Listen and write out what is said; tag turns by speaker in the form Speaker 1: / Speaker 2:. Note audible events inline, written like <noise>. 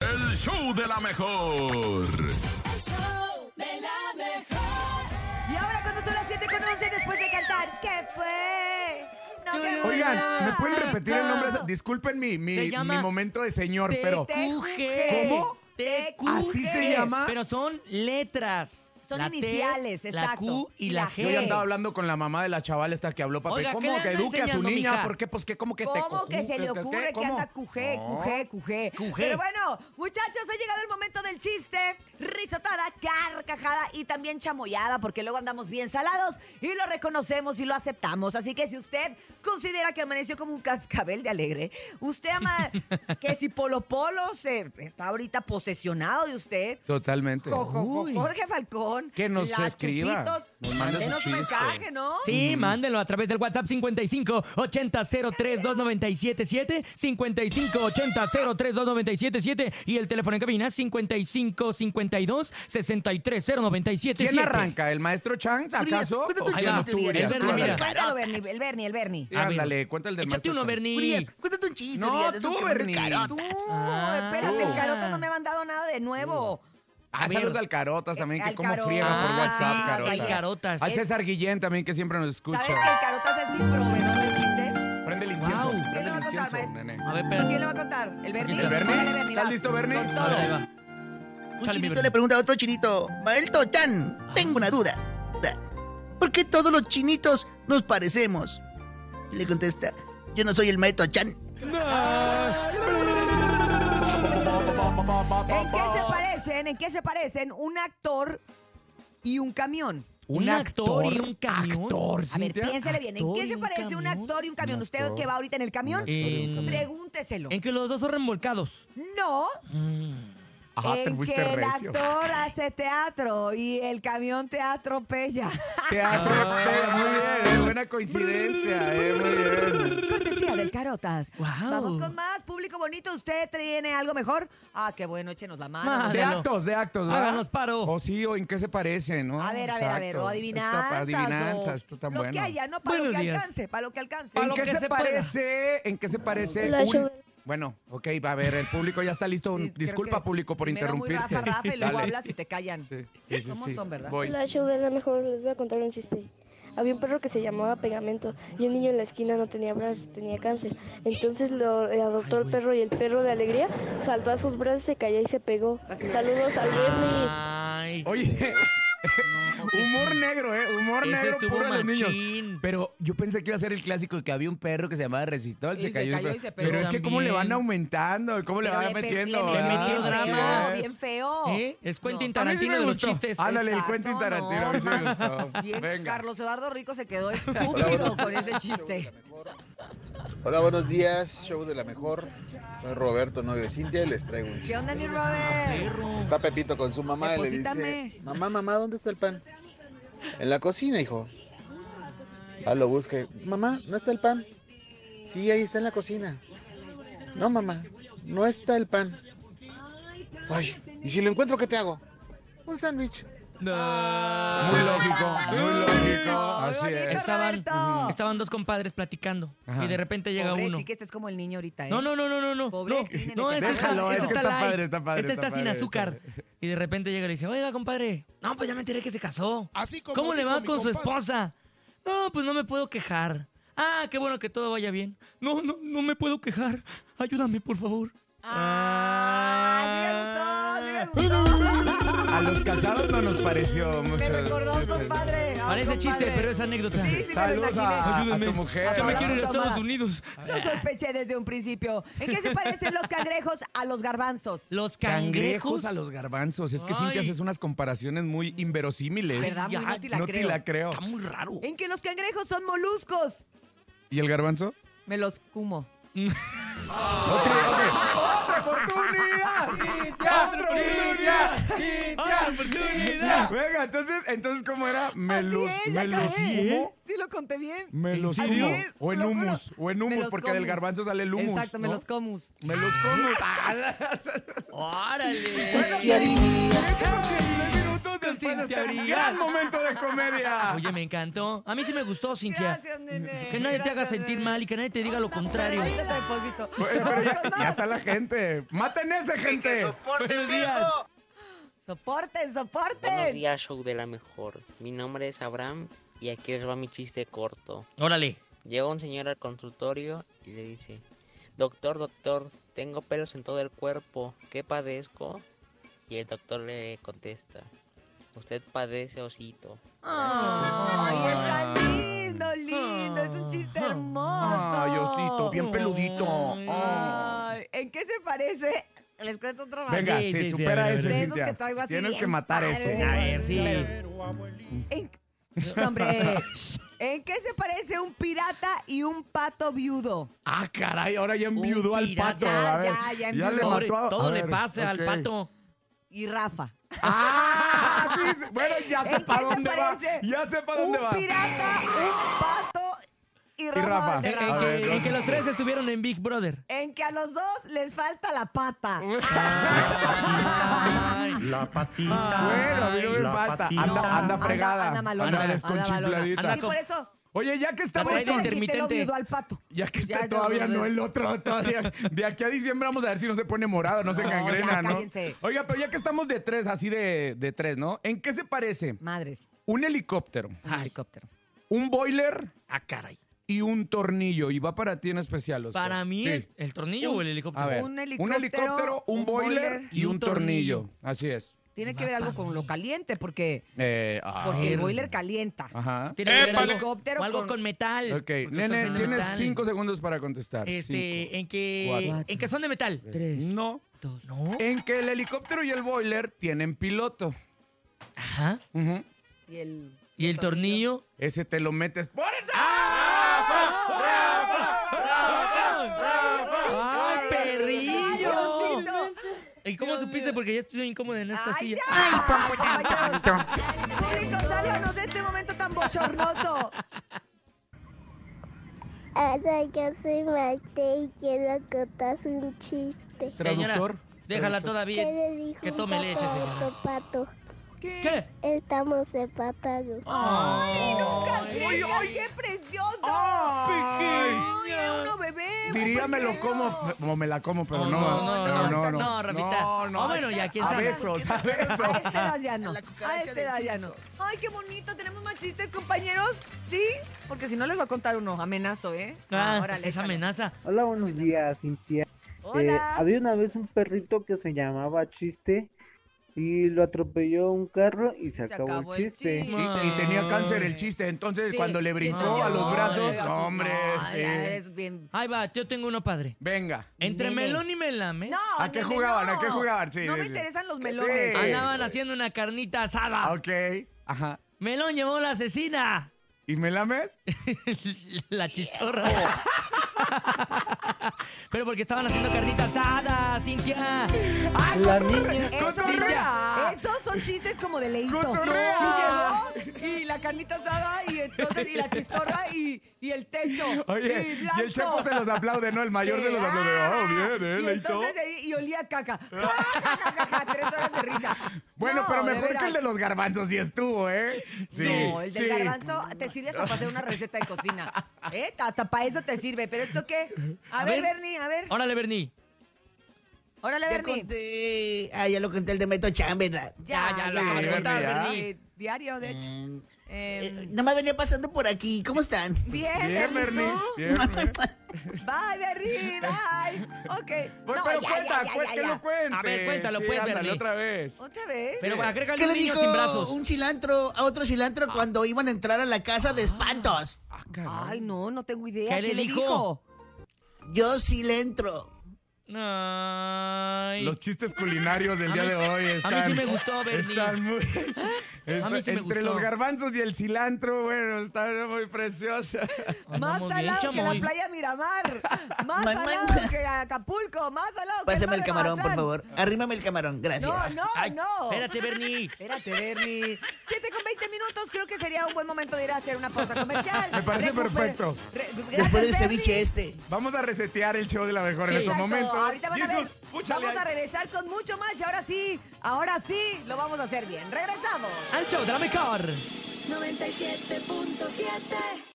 Speaker 1: el show de la mejor.
Speaker 2: El show de la mejor.
Speaker 3: Y ahora cuando son las 7 con 11 después de cantar, ¿qué fue? No, ¿qué fue?
Speaker 4: Oigan, ¿me pueden repetir el nombre? de esa- Disculpen mi, mi-
Speaker 5: Se
Speaker 4: mi
Speaker 5: llama
Speaker 4: momento de señor, pero
Speaker 3: Te
Speaker 5: Tecuje.
Speaker 3: ¿Cómo?
Speaker 5: Tecuje.
Speaker 4: ¿Así se llama?
Speaker 5: Pero son letras.
Speaker 3: Son
Speaker 5: La T,
Speaker 3: iniciales,
Speaker 5: La
Speaker 3: exacto.
Speaker 5: Q y
Speaker 3: Y
Speaker 5: la
Speaker 3: la
Speaker 5: G.
Speaker 3: G.
Speaker 4: yo ya andaba hablando con la mamá de la chaval esta que habló papá.
Speaker 5: Oiga, ¿qué
Speaker 4: ¿Cómo
Speaker 5: le
Speaker 4: que
Speaker 5: anda
Speaker 4: eduque a su
Speaker 5: enseñando,
Speaker 4: niña?
Speaker 5: mija?
Speaker 4: ¿Por qué? Pues qué, ¿cómo que te
Speaker 3: ¿Cómo que se le ocurre que anda cujé, cujé, cujé?
Speaker 5: Cujé.
Speaker 3: Pero bueno, muchachos, ha llegado el momento del chiste, risotada, carcajada y también chamoyada, porque luego andamos bien salados y lo reconocemos y lo aceptamos. Así que si usted considera que amaneció como un cascabel de alegre, usted
Speaker 4: <laughs>
Speaker 3: ama que si Polo Polo se está ahorita posesionado de usted,
Speaker 4: Totalmente.
Speaker 3: jo- jo-
Speaker 5: Uy.
Speaker 3: Jorge Falcón,
Speaker 4: Que nos
Speaker 3: las
Speaker 4: escriba,
Speaker 3: Chupitos,
Speaker 4: nos mande su
Speaker 3: mándenos un
Speaker 4: chiste.
Speaker 3: mensaje, ¿no?
Speaker 5: Sí,
Speaker 4: Mm.
Speaker 5: mándenlo a través del WhatsApp 55 80 03 2977 55 80 03 2977 y el teléfono en cabina 55 52 63 0977
Speaker 4: ¿Quién arranca? ¿El maestro Chang, acaso?
Speaker 6: Cuéntate un
Speaker 5: Ahí vamos
Speaker 6: chiste,
Speaker 5: tú,
Speaker 6: Urias, tú,
Speaker 5: es
Speaker 4: pues,
Speaker 5: Bernie,
Speaker 6: ándale.
Speaker 5: mira.
Speaker 3: Cuéntalo, Bernie, el Bernie, el Bernie.
Speaker 4: Sí, ándale, cuenta el del
Speaker 5: Échate
Speaker 4: maestro
Speaker 5: uno,
Speaker 4: Chang.
Speaker 6: Urias,
Speaker 5: Bernie.
Speaker 6: cuéntate un chiste,
Speaker 4: No,
Speaker 6: Urias, de esos
Speaker 4: tú,
Speaker 6: que ponen
Speaker 4: Bernie.
Speaker 6: carotas.
Speaker 3: Tú,
Speaker 5: Ah.
Speaker 3: espérate, el Carota no me ha mandado nada de nuevo.
Speaker 4: Ah,
Speaker 5: A ver.
Speaker 4: saludos al Carotas también,
Speaker 3: Al
Speaker 4: que como
Speaker 3: Carotas.
Speaker 4: friega por
Speaker 5: Ah,
Speaker 4: WhatsApp,
Speaker 5: sí,
Speaker 4: Carotas.
Speaker 5: al Carotas.
Speaker 4: Al César Guillén también, que siempre nos escucha.
Speaker 3: ¿Sabes que el Carotas es mi proveedor de chistes?
Speaker 4: Prende el incienso,
Speaker 5: Wow.
Speaker 3: ¿Quién
Speaker 4: prende
Speaker 3: lo va
Speaker 4: el
Speaker 3: a contar,
Speaker 4: incienso,
Speaker 3: maestro?
Speaker 4: nene.
Speaker 5: A ver, espérate.
Speaker 3: ¿Quién lo va a contar? ¿El Bernie?
Speaker 4: ¿El Bernie?
Speaker 3: Órale,
Speaker 4: ¿Estás
Speaker 3: va.
Speaker 4: listo, Bernie?
Speaker 3: Con
Speaker 5: A
Speaker 3: todo.
Speaker 5: ver, ahí va.
Speaker 6: Un
Speaker 5: Chale, mi
Speaker 6: chinito
Speaker 5: Bernie.
Speaker 6: le pregunta a otro chinito, Maelto Chan, tengo una duda. ¿Por qué todos los chinitos nos parecemos? Y le contesta, yo no soy el Maelto Chan.
Speaker 3: ¿En qué se parecen? ¿En qué se parecen un actor y un camión?
Speaker 5: Un actor y un camión.
Speaker 4: Actor,
Speaker 3: A ver,
Speaker 4: Cintia.
Speaker 3: piénsele bien. ¿En
Speaker 5: actor
Speaker 3: qué
Speaker 5: y
Speaker 3: se
Speaker 5: un
Speaker 3: parece un
Speaker 5: camión?
Speaker 3: actor y un camión?
Speaker 4: Un
Speaker 3: Usted
Speaker 4: actor.
Speaker 3: que va ahorita en el camión,
Speaker 4: Un actor y un
Speaker 5: En-
Speaker 4: camión.
Speaker 3: pregúnteselo.
Speaker 5: En que los dos son remolcados.
Speaker 3: No,
Speaker 4: Ajá, te
Speaker 3: en que
Speaker 4: fuiste
Speaker 3: el
Speaker 4: recio.
Speaker 3: actor hace teatro y el camión te atropella.
Speaker 4: Te
Speaker 3: Ah.
Speaker 4: atropella, muy bien, eh, buena coincidencia, eh, muy bien.
Speaker 3: Cortesía del Carotas.
Speaker 5: Guau.
Speaker 3: Vamos con más. Público bonito, ¿usted tiene algo mejor? Ah, qué bueno, échenos la mano.
Speaker 5: Más.
Speaker 4: De
Speaker 5: Hágalo.
Speaker 4: actos, de actos, ¿verdad?
Speaker 5: Háganos paro.
Speaker 4: O sí, o en qué se parece, ¿no?
Speaker 3: A ver, a ver, a ver, o
Speaker 4: Exacto.
Speaker 3: adivinanzas.
Speaker 4: Esto, adivinanzas,
Speaker 3: o
Speaker 4: esto tan
Speaker 3: lo
Speaker 4: bueno.
Speaker 3: que haya, ¿no? Para lo
Speaker 5: Buenos
Speaker 3: que
Speaker 5: días.
Speaker 3: alcance, para lo que alcance.
Speaker 4: ¿En
Speaker 5: lo
Speaker 4: qué
Speaker 5: que
Speaker 4: se,
Speaker 5: se pueda.
Speaker 4: parece? ¿En qué se parece?
Speaker 7: La
Speaker 4: un-
Speaker 7: sugar-
Speaker 4: Bueno, ok, va a ver, el público ya está listo.
Speaker 3: Sí, creo
Speaker 4: Disculpa,
Speaker 3: que
Speaker 4: público, por
Speaker 3: primero muy
Speaker 4: interrumpirte.
Speaker 3: Rafa, Rafa, y luego
Speaker 4: Dale.
Speaker 3: hablas y te callan.
Speaker 4: Sí, sí, sí,
Speaker 3: ¿Cómo
Speaker 4: sí.
Speaker 3: son, verdad?
Speaker 4: Voy.
Speaker 7: La sugar es la mejor, les voy a contar un chiste. Había un perro que se llamaba Pegamento y un niño en la esquina no tenía brazos, tenía cáncer. Entonces lo eh, adoptó el perro y el perro de alegría saltó a sus brazos, se cayó y se pegó. Saludos al Bernie.
Speaker 5: Ah. Ay.
Speaker 4: <laughs> Oye, humor negro, ¿eh? Humor
Speaker 5: Ese
Speaker 4: negro
Speaker 5: estuvo
Speaker 4: puro de los niños.
Speaker 5: machín.
Speaker 4: Pero yo pensé que iba a ser el clásico de que había un perro que se llamaba Resistol,
Speaker 3: Y
Speaker 4: se
Speaker 3: se
Speaker 4: cayó. el
Speaker 3: cayó y
Speaker 4: perro.
Speaker 3: se pegó.
Speaker 4: pero es que cómo le van
Speaker 5: También.
Speaker 4: aumentando, cómo le
Speaker 3: Pero
Speaker 4: van
Speaker 3: pe-
Speaker 4: metiendo. Ah,
Speaker 3: le
Speaker 5: ¿verdad?
Speaker 3: metió
Speaker 5: Así
Speaker 3: drama,
Speaker 4: es.
Speaker 3: bien feo.
Speaker 5: ¿Eh? Es Quentin
Speaker 3: No.
Speaker 5: Tarantino
Speaker 4: me
Speaker 5: de los
Speaker 4: gustó.
Speaker 5: chistes.
Speaker 4: Ándale, el
Speaker 3: Exacto,
Speaker 4: Quentin
Speaker 3: no,
Speaker 4: Tarantino. sí me
Speaker 3: hermano. <laughs>
Speaker 4: gustó.
Speaker 3: Bien,
Speaker 4: Venga.
Speaker 3: Carlos Eduardo Rico se
Speaker 4: <laughs>
Speaker 3: quedó estúpido con ese chiste.
Speaker 8: Hola, buenos días, show de la mejor. Soy Roberto, novio de Cintia, y les traigo un
Speaker 3: ¿Qué
Speaker 8: chiste.
Speaker 3: onda, mi Robert?
Speaker 5: Perro.
Speaker 8: Está Pepito con su mamá y le dice,
Speaker 3: Deposítame.
Speaker 8: mamá, mamá, ¿dónde está el pan? En la cocina, hijo. Ah, lo busca. y, Mamá, ¿no está el pan? Sí, ahí está en la cocina. No, mamá, no está el pan. Ay, ¿y si lo encuentro, qué te hago? Un sándwich.
Speaker 5: No.
Speaker 4: Muy lógico, muy lógico.
Speaker 3: Muy
Speaker 4: Así
Speaker 3: bonito,
Speaker 4: es.
Speaker 5: Estaban,
Speaker 3: Roberto.
Speaker 5: estaban dos compadres platicando
Speaker 4: Ajá.
Speaker 5: y de repente llega
Speaker 3: Pobre
Speaker 5: uno.
Speaker 3: ti, que estés como el niño ahorita, ¿eh?
Speaker 5: No, no, no, no, no, no.
Speaker 3: Pobre
Speaker 5: no,
Speaker 3: ti, nene,
Speaker 5: no,
Speaker 3: que eh.
Speaker 5: este está,
Speaker 4: déjalo,
Speaker 5: este
Speaker 4: es que
Speaker 5: está
Speaker 4: está
Speaker 5: light.
Speaker 4: padre, está padre,
Speaker 5: Este está,
Speaker 4: está
Speaker 5: sin
Speaker 4: padre,
Speaker 5: azúcar.
Speaker 4: está
Speaker 5: Y de repente llega y le dice, oiga, compadre, no, pues ya me enteré que se casó.
Speaker 6: Así como
Speaker 5: ¿Cómo le
Speaker 6: dijo
Speaker 5: va
Speaker 6: mi
Speaker 5: con su
Speaker 6: compadre.
Speaker 5: esposa? No, pues no me puedo quejar. Ah, qué bueno que todo vaya bien. No, no, no me puedo quejar. Ayúdame, por favor.
Speaker 3: Ah, sí me gustó, sí me gustó.
Speaker 4: A los casados no nos pareció mucho.
Speaker 3: Me recordó a un
Speaker 4: Sí,
Speaker 3: compadre. a un
Speaker 5: Parece chiste,
Speaker 3: compadre.
Speaker 5: pero es anécdota.
Speaker 3: Sí, sí,
Speaker 4: Saludos a, a
Speaker 5: Ayúdame,
Speaker 4: tu mujer.
Speaker 5: Que me
Speaker 3: Hablamos
Speaker 5: quiero ir a
Speaker 3: tomada.
Speaker 5: Estados Unidos.
Speaker 3: Lo sospeché desde un principio. ¿En qué se parecen los cangrejos a los garbanzos?
Speaker 5: Los
Speaker 4: Cangrejos
Speaker 5: cangrejos.
Speaker 4: a los garbanzos. Es que
Speaker 5: Ay.
Speaker 4: Cintia haces unas comparaciones muy inverosímiles.
Speaker 3: ¿Verdad? Muy
Speaker 5: ya,
Speaker 3: no te la
Speaker 4: no
Speaker 3: creo.
Speaker 4: te la creo.
Speaker 5: Está muy raro.
Speaker 3: En que los cangrejos son moluscos.
Speaker 4: ¿Y el garbanzo?
Speaker 3: Me los cumo.
Speaker 5: Ah,
Speaker 4: ¡Oportunidad! ¡Cintia! ¡Oportunidad!
Speaker 5: ¡Otra oportunidad!
Speaker 4: Venga, entonces, entonces ¿cómo era? Me
Speaker 3: Así
Speaker 4: los,
Speaker 3: es, ya
Speaker 4: me los
Speaker 3: acabé.
Speaker 4: como.
Speaker 3: Sí, lo conté bien.
Speaker 4: Me los
Speaker 3: Así
Speaker 4: como.
Speaker 3: es,
Speaker 4: O en
Speaker 3: lo juro.
Speaker 4: humus. O en
Speaker 3: Me
Speaker 4: humus,
Speaker 3: los
Speaker 4: porque del
Speaker 3: comus.
Speaker 4: garbanzo sale el humus.
Speaker 3: Exacto, me
Speaker 4: ¿no?
Speaker 3: los comus.
Speaker 4: Me los
Speaker 5: <laughs>
Speaker 4: como.
Speaker 5: ¡Órale!
Speaker 6: ¿Usted qué haría?
Speaker 4: Déjame 10 minutos de después de
Speaker 5: Cintia
Speaker 4: este
Speaker 5: Brigal.
Speaker 4: gran momento de comedia.
Speaker 5: Oye, me encantó. A mí sí me gustó, Cintia.
Speaker 3: Gracias, nene.
Speaker 5: Que nadie te haga
Speaker 3: Gracias,
Speaker 5: sentir
Speaker 3: nene.
Speaker 5: mal y que nadie te diga lo contrario.
Speaker 3: Ahí te deposito.
Speaker 4: Oye,
Speaker 5: <laughs>
Speaker 4: pero ya, ya está la gente. ¡Maten ese, gente!
Speaker 5: Buenos días.
Speaker 3: Soporten, soporten.
Speaker 9: Buenos días, show de la mejor. Mi nombre es Abraham y aquí les va mi chiste corto.
Speaker 5: Órale.
Speaker 9: Llega un señor al consultorio y le dice, doctor, doctor, tengo pelos en todo el cuerpo, ¿qué padezco? Y el doctor le contesta, usted padece osito.
Speaker 3: Ah. Ay, Ah. está lindo, lindo. Es un chiste hermoso.
Speaker 4: Ay, osito, bien peludito. Oh.
Speaker 3: Ay, ¿En qué se parece? Les cuento otro más.
Speaker 4: Venga,
Speaker 5: Mm. Sí,
Speaker 4: sí,
Speaker 5: sí, sí, a
Speaker 4: supera
Speaker 5: ver, a
Speaker 4: ese,
Speaker 5: ver.
Speaker 3: De esos
Speaker 4: Cintia.
Speaker 3: que traigo así
Speaker 4: Tienes
Speaker 3: bien
Speaker 4: que matar
Speaker 3: padres.
Speaker 4: ese.
Speaker 5: A ver, sí.
Speaker 4: <laughs>
Speaker 3: ¿En, hombre, ¿en qué se parece un pirata y un pato viudo?
Speaker 4: Ah, caray, ahora ya enviudó
Speaker 5: Un
Speaker 4: al
Speaker 5: pirata.
Speaker 4: pato.
Speaker 3: Uh, Ya,
Speaker 4: a ver,
Speaker 3: ya, ya
Speaker 4: le
Speaker 3: enviudó.
Speaker 5: Pobre,
Speaker 4: mató a-
Speaker 5: todo
Speaker 4: a
Speaker 5: le
Speaker 4: ver,
Speaker 5: pasa al
Speaker 4: ok.
Speaker 5: pato.
Speaker 3: Y Rafa.
Speaker 4: ¡Ah! sí, sí. Bueno,
Speaker 3: <laughs>
Speaker 4: ya
Speaker 3: ¿En
Speaker 4: sé
Speaker 3: qué
Speaker 4: para
Speaker 3: se
Speaker 4: dónde va.
Speaker 3: parece?
Speaker 4: Ya sé para dónde
Speaker 3: un
Speaker 4: va. <laughs>
Speaker 3: pirata, un pato y Rafa.
Speaker 4: Rafa.
Speaker 5: En,
Speaker 3: Valderrama.
Speaker 5: en
Speaker 4: A ver,
Speaker 5: Eh, que, en que
Speaker 4: ¿dónde
Speaker 5: los
Speaker 4: sí?
Speaker 5: tres estuvieron en Big Brother.
Speaker 3: En que a los dos les falta la pata. Ah.
Speaker 10: La patita.
Speaker 4: Ah, Bueno, a mí no me
Speaker 10: La
Speaker 4: falta.
Speaker 10: patita.
Speaker 4: Anda, anda fregada.
Speaker 3: Anda, malona,
Speaker 4: Anda
Speaker 5: anda
Speaker 4: desconchifladita.
Speaker 5: malona.
Speaker 3: Y por eso,
Speaker 4: Oye, ya que
Speaker 3: por
Speaker 4: estamos
Speaker 5: trae de
Speaker 3: eso
Speaker 4: con-
Speaker 3: le quité lo
Speaker 5: intermitente.
Speaker 3: viudo al pato.
Speaker 4: Ya que está
Speaker 3: Ya, ya,
Speaker 4: todavía
Speaker 3: ya, ya.
Speaker 4: no el otro, todavía. De aquí a diciembre vamos a ver si no se pone morado, no, se
Speaker 3: No,
Speaker 4: cangrena,
Speaker 3: ya,
Speaker 4: ¿no?
Speaker 3: cállense.
Speaker 4: Oiga, pero ya que estamos de tres, así de, de tres, ¿no? ¿En qué se parece
Speaker 3: Madres,
Speaker 4: un helicóptero,
Speaker 3: un helicóptero.
Speaker 4: un boiler
Speaker 5: Ah, caray.
Speaker 4: y un tornillo? Y va para ti en especial, Oscar.
Speaker 5: Pues Para mí,
Speaker 4: Sí.
Speaker 5: el- el tornillo o el helicóptero.
Speaker 4: A ver,
Speaker 3: Un
Speaker 4: un helicóptero,
Speaker 3: helicóptero,
Speaker 4: un,
Speaker 3: un
Speaker 4: boiler,
Speaker 3: boiler
Speaker 4: y un tornillo. Así es.
Speaker 3: Tiene que ver algo con lo caliente, porque,
Speaker 4: Eh, ah,
Speaker 3: porque el
Speaker 5: ver.
Speaker 3: boiler calienta.
Speaker 4: Ajá.
Speaker 5: Tiene que ver
Speaker 3: Épale.
Speaker 5: algo,
Speaker 3: Helicóptero
Speaker 5: o algo
Speaker 3: con-
Speaker 5: con, metal.
Speaker 4: Ok,
Speaker 5: Porque
Speaker 4: nene,
Speaker 5: son de
Speaker 4: tienes
Speaker 5: metal.
Speaker 4: cinco segundos para contestar.
Speaker 5: Este, eh,
Speaker 4: Cinco,
Speaker 5: en que,
Speaker 4: cuatro,
Speaker 5: en que son de metal.
Speaker 4: tres. No.
Speaker 5: No.
Speaker 4: En que el helicóptero y el boiler tienen piloto.
Speaker 5: Ajá.
Speaker 4: Ujú.
Speaker 3: Y el,
Speaker 5: Y el tornillo.
Speaker 4: Ese te lo metes por el-
Speaker 5: ¡Ah! ¡Ay, perrillo!
Speaker 3: Diosito.
Speaker 5: ¿Y cómo supiste? Porque ya estoy incómodo en esta
Speaker 3: ¡Ay,
Speaker 5: silla.
Speaker 3: ya! ¡Ay, Público, sálvanos de este momento tan bochornoso.
Speaker 11: Hola, yo soy Marte y quiero contar un chiste.
Speaker 4: Traductor.
Speaker 5: Señora, déjala
Speaker 11: ¿Qué
Speaker 5: todavía.
Speaker 11: le dijo
Speaker 5: Que
Speaker 11: un
Speaker 5: tome leche,
Speaker 11: pato a
Speaker 5: señora.
Speaker 11: otro pato?
Speaker 5: ¿Qué?
Speaker 11: Estamos empatados.
Speaker 3: ¡Ay, nunca creía! ¡Qué precioso! ¡Ay, uno bebé!
Speaker 4: Diría
Speaker 3: un
Speaker 4: me lo
Speaker 3: pequeño.
Speaker 4: como, o me la como, pero
Speaker 5: Oh,
Speaker 4: no.
Speaker 5: no, no,
Speaker 4: pero
Speaker 5: no,
Speaker 4: no,
Speaker 5: no, Rafita.
Speaker 4: No, no.
Speaker 5: Ah, bueno, ya, quién
Speaker 4: A
Speaker 5: sabe.
Speaker 4: besos, a
Speaker 3: A
Speaker 4: besos.
Speaker 3: este edad ya no.
Speaker 6: A la
Speaker 3: A
Speaker 6: cucaracha
Speaker 3: este
Speaker 6: del
Speaker 3: edad ya
Speaker 6: chico.
Speaker 3: no. ¡Ay, qué bonito! ¿Tenemos más chistes, compañeros? ¿Sí? Porque si no, les voy a contar uno. Amenazo, ¿eh?
Speaker 5: Ah,
Speaker 3: órale,
Speaker 5: esa
Speaker 3: échale.
Speaker 5: amenaza.
Speaker 12: Hola, buenos días, Cintia. Eh,
Speaker 3: ¡Hola!
Speaker 12: había una vez un perrito que se llamaba Chiste y lo atropelló un carro y se,
Speaker 3: Se
Speaker 12: acabó,
Speaker 3: acabó el
Speaker 12: el chiste.
Speaker 3: chiste.
Speaker 4: Y, y tenía cáncer el chiste, entonces
Speaker 3: Sí,
Speaker 4: cuando le
Speaker 3: sí,
Speaker 4: brincó
Speaker 3: no,
Speaker 4: a los
Speaker 5: no,
Speaker 4: brazos,
Speaker 5: no,
Speaker 4: no, hombre,
Speaker 3: no,
Speaker 4: sí.
Speaker 3: ya eres bien-
Speaker 5: Ahí va, yo tengo uno padre.
Speaker 4: Venga.
Speaker 5: Entre
Speaker 3: Nene.
Speaker 5: melón y melames.
Speaker 3: No,
Speaker 4: ¿A qué
Speaker 3: nene,
Speaker 4: jugaban?
Speaker 3: no.
Speaker 4: ¿A qué jugaban? Sí,
Speaker 3: no
Speaker 4: sí,
Speaker 3: me
Speaker 4: sí.
Speaker 3: interesan los
Speaker 4: Sí.
Speaker 3: melones.
Speaker 4: Ah, no.
Speaker 5: Andaban haciendo una carnita
Speaker 3: Ah.
Speaker 5: asada.
Speaker 4: Ok, ajá.
Speaker 5: Melón llevó la asesina. <laughs>
Speaker 4: ¿Y me lames?
Speaker 5: la chistorra.
Speaker 4: Oh.
Speaker 5: <laughs> Pero porque estaban haciendo carnita asada, Cintia.
Speaker 12: La niña
Speaker 3: Esos,
Speaker 4: ¡Cotorrea!
Speaker 3: esos son chistes como de leíto.
Speaker 4: ¡Cotorrea!
Speaker 3: Y llegó, y la carnita asada, y entonces, y la chistorra, y, y el techo.
Speaker 4: Oye, y, el
Speaker 3: blanco.
Speaker 4: chapo se los aplaude, ¿no? El mayor
Speaker 3: Sí.
Speaker 4: se los aplaude.
Speaker 3: Ah,
Speaker 4: Oh, bien, ¿eh?
Speaker 3: Y
Speaker 4: Leito.
Speaker 3: entonces ahí- y olía a caca. Ah, ja, ja, ja, ja, Tres horas de risa.
Speaker 4: Bueno,
Speaker 3: No,
Speaker 4: pero
Speaker 3: de
Speaker 4: mejor que
Speaker 3: veras.
Speaker 4: el de los garbanzos sí estuvo, ¿eh? Sí,
Speaker 3: no, el del
Speaker 4: sí.
Speaker 3: garbanzo te sirve hasta para hacer una receta de cocina. ¿Eh? Hasta para eso te sirve. ¿Pero esto qué? A,
Speaker 5: A
Speaker 3: ver,
Speaker 5: ver.
Speaker 3: Bernie, a ver.
Speaker 5: Órale, Bernie.
Speaker 3: Órale,
Speaker 6: Ya
Speaker 3: Bernie.
Speaker 6: conté. Ah, ya lo conté el de Meto Chan, ¿verdad?
Speaker 5: Ya, ya,
Speaker 4: lo acabas de contar,
Speaker 5: Bernie.
Speaker 3: Eh, Diario, de hecho.
Speaker 6: Mm, eh,
Speaker 3: Eh,
Speaker 6: nada más venía pasando por aquí. ¿Cómo están?
Speaker 3: bien,
Speaker 4: Bien, Bernie.
Speaker 3: ¿tú? <laughs>
Speaker 4: Bien, Bernie.
Speaker 3: Bye, Bernie, bye. Ok.
Speaker 4: Pues,
Speaker 3: No, ya,
Speaker 4: pero cuenta,
Speaker 3: ya, ya,
Speaker 4: cuenta,
Speaker 3: ya,
Speaker 4: que
Speaker 3: ya.
Speaker 4: lo cuente.
Speaker 5: A ver, cuéntalo, pues,
Speaker 4: ándale,
Speaker 5: Bernie.
Speaker 4: otra vez.
Speaker 3: ¿Otra vez?
Speaker 5: Pero agrégale
Speaker 6: ¿Qué
Speaker 5: un
Speaker 6: le
Speaker 5: niño
Speaker 6: dijo
Speaker 5: sin brazos. Ah.
Speaker 6: un cilantro a otro cilantro cuando iban a entrar a la casa de espantos?
Speaker 4: Ah, caray.
Speaker 3: Ay, no, no tengo idea.
Speaker 5: ¿Qué le dijo?
Speaker 6: Yo sí le entro.
Speaker 5: Ay.
Speaker 4: Los chistes culinarios del
Speaker 5: A
Speaker 4: día
Speaker 5: mí-
Speaker 4: de hoy
Speaker 5: a mí
Speaker 4: están...
Speaker 5: sí me gustó, Bernie.
Speaker 4: Están
Speaker 5: <laughs>
Speaker 4: muy... Está-
Speaker 5: mí sí me
Speaker 4: entre
Speaker 5: gustó.
Speaker 4: los garbanzos y el cilantro, bueno, están muy preciosa.
Speaker 3: Más
Speaker 5: Andamos bien,
Speaker 3: salado que
Speaker 5: chamoy.
Speaker 3: la playa Miramar. Más
Speaker 6: Mamá.
Speaker 3: salado que Acapulco. Más salado que
Speaker 6: Pásame
Speaker 3: mar
Speaker 6: el
Speaker 3: de
Speaker 6: camarón, por
Speaker 3: Mazatlán.
Speaker 6: favor. Arrímame el camarón, gracias.
Speaker 3: No, no,
Speaker 5: Ay,
Speaker 3: no.
Speaker 5: Espérate, Bernie.
Speaker 3: Espérate, Bernie. 7 con 20 17 minutos, creo que sería un buen momento de ir a hacer una pausa comercial.
Speaker 4: <laughs> Me parece
Speaker 3: Recuper-
Speaker 4: perfecto.
Speaker 3: re-
Speaker 10: Después del
Speaker 3: gracias,
Speaker 10: ceviche
Speaker 3: Bernie.
Speaker 10: este.
Speaker 4: <laughs> Vamos a resetear el show de la mejor en
Speaker 3: Exacto,
Speaker 4: estos momentos.
Speaker 3: ahorita van a ver.
Speaker 4: Jesús, púchale
Speaker 3: Vamos a
Speaker 4: ahí.
Speaker 3: regresar con mucho más y ahora sí, ahora sí, lo vamos a hacer bien. Regresamos.
Speaker 5: Al show de la mejor.
Speaker 2: 97.7